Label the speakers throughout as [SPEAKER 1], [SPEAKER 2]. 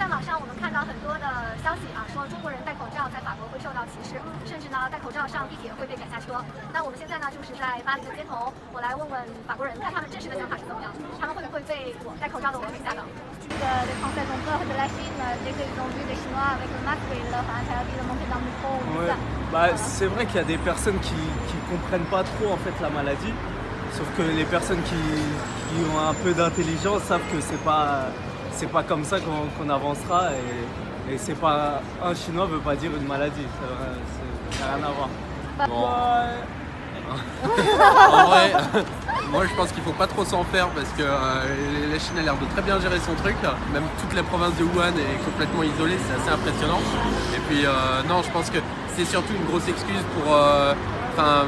[SPEAKER 1] 啊口罩上地铁会被赶下车。那我们现在呢，就是在巴黎的街头，我来问问法国人，看他们真实的想法是怎么样，他们会不会被我戴口罩的我给吓到？
[SPEAKER 2] les Français ont peur de la Chine dès qu'ils ont vu des Chinois avec le masque, ils leur interdit de monter dans le métro ou tout
[SPEAKER 3] Ouais.
[SPEAKER 2] ça.
[SPEAKER 3] Bah, c'est vrai qu'il y a des personnes qui, qui comprennent pas trop en fait la maladie. Sauf que les personnes qui, qui ont un peu d'intelligence savent que c'est pas c'est pas comme ça qu'on qu'on avancera et, et c'est pas un chinois veut pas dire une maladie. Ça n'a rien à voir.
[SPEAKER 4] Bon, en vrai, moi je pense qu'il faut pas trop s'en faire parce que euh, la Chine a l'air de très bien gérer son truc. Même toute la province de Wuhan est complètement isolée, c'est assez impressionnant. Et puis euh, non, je pense que c'est surtout une grosse excuse pour euh, enfin,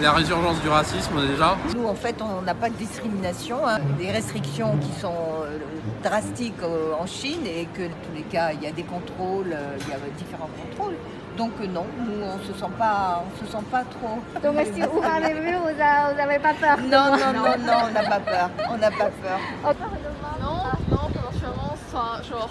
[SPEAKER 4] la résurgence du racisme déjà.
[SPEAKER 5] Nous, en fait, on n'a pas de discrimination. hein. Des restrictions qui sont euh, drastiques euh, en Chine et que, dans tous les cas, il y a des contrôles, euh, il y a différents contrôles. Donc, euh, non, nous, on ne se, sent pas- on se sent pas trop.
[SPEAKER 2] Donc si vous m'avez vu, vous n'avez pas peur.
[SPEAKER 5] Non, non, non, non, on n'a pas peur. On n'a pas peur.
[SPEAKER 6] Non, non, pendant que je suis avance, enfin, genre,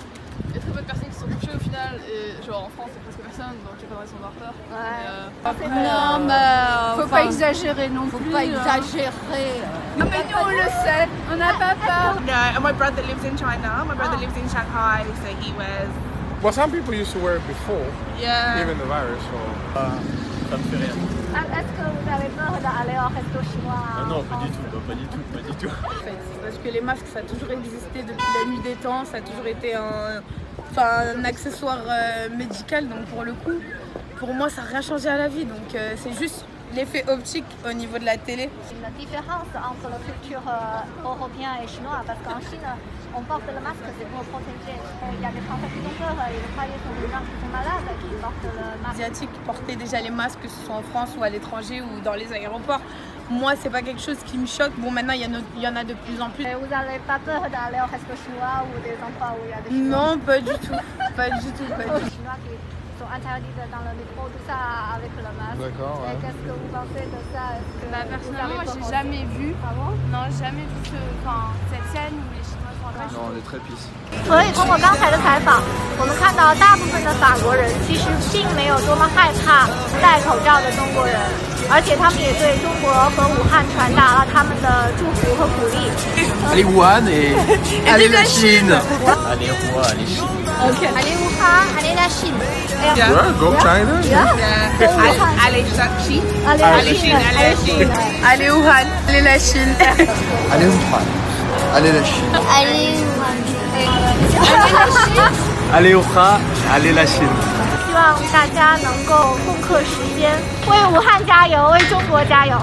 [SPEAKER 6] il y a très peu de personnes qui sont touchées au final, et genre en France, il y a presque personne, donc j'ai pas de raison d'avoir peur. Mais, euh,
[SPEAKER 7] Non, mais.
[SPEAKER 8] Faut
[SPEAKER 7] enfin,
[SPEAKER 8] pas exagérer non
[SPEAKER 7] faut
[SPEAKER 8] plus.
[SPEAKER 7] pas
[SPEAKER 8] hein.
[SPEAKER 7] exagérer.
[SPEAKER 8] Non, mais nous, on le sait. On n'a pas peur. Ah.
[SPEAKER 9] No, and my brother lives in China. My brother lives in Shanghai, so he wears.
[SPEAKER 10] Well, some people used to wear it before,
[SPEAKER 9] Yeah.
[SPEAKER 10] even the virus. So.
[SPEAKER 4] Ça me fait rien.
[SPEAKER 2] Est-ce que vous avez peur d'aller au resto chinois
[SPEAKER 4] tout, pas du tout, pas du tout.
[SPEAKER 8] En fait, parce que les masques, ça a toujours existé depuis la nuit des temps. Ça a toujours été un, enfin, un accessoire euh, médical. Donc, pour le coup, pour moi, ça n'a rien changé à la vie. Donc, euh, c'est juste l'effet optique au niveau de la télé.
[SPEAKER 2] une différence entre la culture euh, européenne et chinoise parce qu'en Chine, on porte le masque, c'est pour protéger. Il y a des Français qui ont peur et les foyers sont des gens qui sont malades qui portent le masque.
[SPEAKER 8] asiatiques portaient déjà les masques, que ce soit en France ou à l'étranger ou dans les aéroports. Moi, c'est pas quelque chose qui me choque. Bon, maintenant, il y en a- il y en a de plus en plus.
[SPEAKER 2] Et vous n'avez pas peur d'aller au resto chinois ou des endroits où il y a des chinois
[SPEAKER 8] Non, pas du tout. Pas du tout. Pas du
[SPEAKER 2] Les
[SPEAKER 8] tout.
[SPEAKER 2] chinois qui sont interdits de- dans le métro, tout ça avec le masque.
[SPEAKER 10] D'accord.
[SPEAKER 2] Et Qu'est-ce que vous pensez de ça Est-ce que
[SPEAKER 7] Bah,
[SPEAKER 2] vous
[SPEAKER 7] personnellement,
[SPEAKER 2] avez
[SPEAKER 7] moi,
[SPEAKER 2] peur
[SPEAKER 7] j'ai
[SPEAKER 2] aussi
[SPEAKER 7] jamais vu.
[SPEAKER 2] Ah bon
[SPEAKER 7] Non, jamais vu ce, enfin, cette scène où les Chinois sont en train de
[SPEAKER 4] Non, on est très pisse.
[SPEAKER 2] 所以通过刚才的采访，我们看到大部分的法国人其实并没有多么害怕戴口罩的中国人，而且他们也对中国和武汉传达了他们的祝福和鼓励。
[SPEAKER 4] Allez Wuhan et, allez la Chine Allez Wuhan, allez Chine.
[SPEAKER 2] Allez Wuhan, allez la Chine.
[SPEAKER 10] Yeah, go China.
[SPEAKER 9] Yeah. Ali Shakshi.
[SPEAKER 2] Allez
[SPEAKER 9] Chine, allez Chine.
[SPEAKER 8] Allez, Wuhan, allez, la Chine.
[SPEAKER 4] Allez Wuhan, allez la Chine.
[SPEAKER 3] Allez au Kha, allez la Chine.
[SPEAKER 2] 希望大家能够共克时艰，为武汉加油，为中国加油。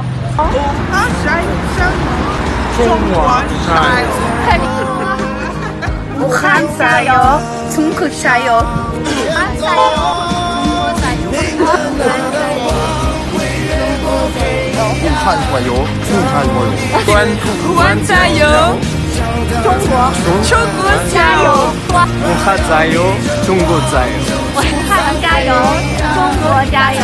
[SPEAKER 3] On Kha Zayo, Zhongguo Zayo.
[SPEAKER 2] 武汉加油，中国加油！